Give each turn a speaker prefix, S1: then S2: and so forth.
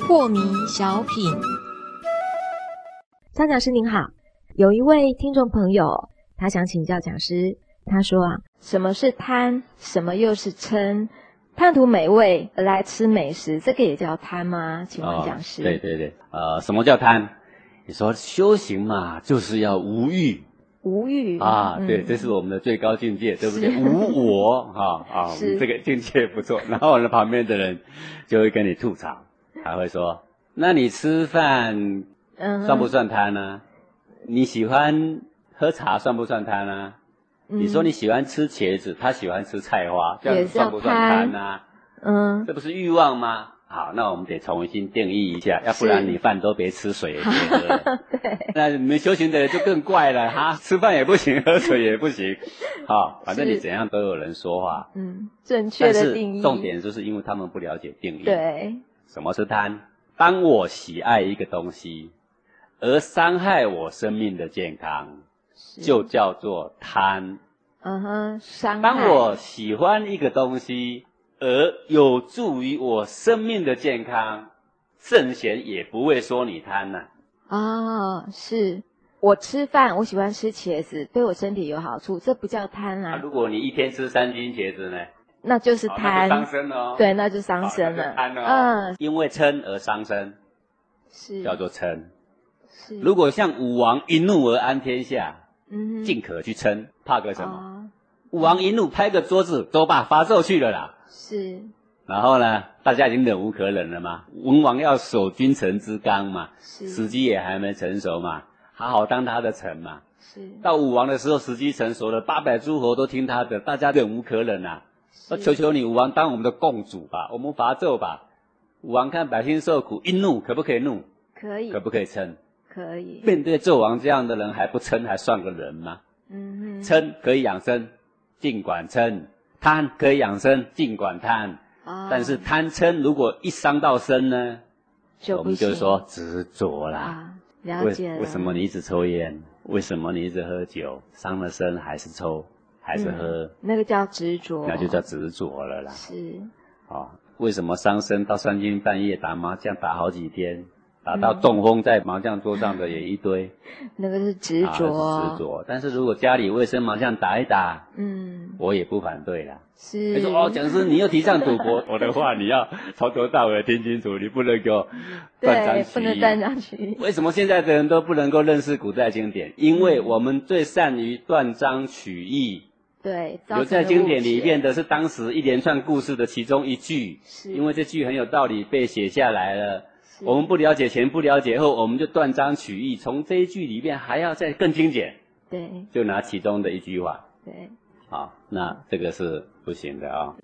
S1: 破迷小品，张讲师您好，有一位听众朋友，他想请教讲师，他说啊，什么是贪，什么又是嗔？贪图美味而来吃美食，这个也叫贪吗？请问讲师？
S2: 哦对对对，呃，什么叫贪？你说修行嘛，就是要无欲
S1: 无欲
S2: 啊，
S1: 嗯
S2: 对，这是我们的最高境界，对不对？
S1: 是
S2: 无我哈啊，
S1: 是
S2: 这个境界不错。 然后呢，旁边的人就会跟你吐槽，还会说：“那你吃饭
S1: 嗯
S2: 算不算贪呢、你喜欢喝茶算不算贪呢、你说你喜欢吃茄子，他喜欢吃菜花，这
S1: 嗯
S2: 样
S1: 也
S2: 子
S1: 是要
S2: 算不算
S1: 贪
S2: 贪呢、
S1: 嗯
S2: 这不是欲望吗？好，那我们得重新定义一下，要不
S1: 是
S2: 然你饭都别吃，水也别喝。
S1: 对，
S2: 那你们修行的人就更怪 了，哈，吃饭也不行，喝水也不行，好，反正
S1: 是
S2: 你怎样都有人说话。
S1: 嗯，正确
S2: 但
S1: 的
S2: 是
S1: 定义，
S2: 重点就是因为他们不了解定义。，
S1: 对，
S2: 什么是贪？当我喜爱一个东西，而伤害我生命的健康，
S1: 是
S2: 就叫做贪。
S1: 嗯哼，伤害
S2: 当我喜欢一个东西，而有助于我生命的健康，圣贤也不会说你贪呐、
S1: 啊、是我吃饭，我喜欢吃茄子，对我身体有好处，这不叫贪
S2: 啊
S1: 啊，
S2: 如果你一天吃三斤茄子呢，
S1: 那就是
S2: 哦
S1: 贪，
S2: 那就伤身了哦。
S1: 对，那就
S2: 好，
S1: 伤身了。
S2: 那就贪了哦。
S1: 嗯，
S2: 因为嗔而伤身，
S1: 是
S2: 叫做嗔。
S1: 是，
S2: 如果像武王一怒而安天下，
S1: 嗯哼
S2: 进可去嗔，怕个什么？
S1: 哦
S2: 武王一怒拍个桌子，周霸伐纣去了啦。
S1: 是
S2: 然后呢，大家已经忍无可忍了嘛。文王要守君臣之纲嘛，
S1: 是
S2: 时机也还没成熟嘛，好好当他的臣嘛。
S1: 是
S2: 到武王的时候，时机成熟了，八百诸侯都听他的，大家忍无可忍啊！说
S1: 是
S2: 求求你，武王当我们的共主吧，我们伐纣吧。武王看百姓受苦，一怒可不可以怒？
S1: 可以
S2: 可不可以嗔？
S1: 可以，
S2: 面对纣王这样的人，还不嗔还算个人吗？
S1: 嗯哼，
S2: 嗔可以养生，尽管嗔；贪可以养生，尽管贪。
S1: 啊
S2: 但是贪嗔如果一伤到身呢，
S1: 就
S2: 我
S1: 不
S2: 们就
S1: 行
S2: 说执着啦。
S1: 啊，了
S2: 为
S1: 解了，
S2: 为什么你一直抽烟？为什么你一直喝酒？伤了身还是抽，还是喝？
S1: 那个叫执着，
S2: 那就叫执着了啦。
S1: 是
S2: 哦，为什么伤身到三更半夜打麻将打好几天，打到
S1: 嗯
S2: 中风在麻将桌上的也一堆？
S1: 那个是执
S2: 啊
S1: 着，
S2: 那是执，着。但是如果家里卫生麻将打一打，
S1: 嗯，
S2: 我也不反对啦。
S1: 是
S2: 你说 哦，讲师，你又提倡赌博，我的话你要从头到尾听清楚，你不能给我断章
S1: 对，
S2: 取
S1: 不
S2: 义。啊
S1: 能断章取 义，
S2: 为什么现在的人都不能够认识古代经典？因为我们最善于断章取义。
S1: 对，造
S2: 留在
S1: 成了
S2: 经典
S1: 误
S2: 里
S1: 解
S2: 面的是当时一连串故事的其中一句，
S1: 是
S2: 因为这句很有道理，被写下来了。
S1: 是
S2: 我们不了解前，不了解后，我们就断章取义，从这一句里面还要再更精简，
S1: 对
S2: 就拿其中的一句话
S1: 对
S2: 啊，那这个是不行的啊、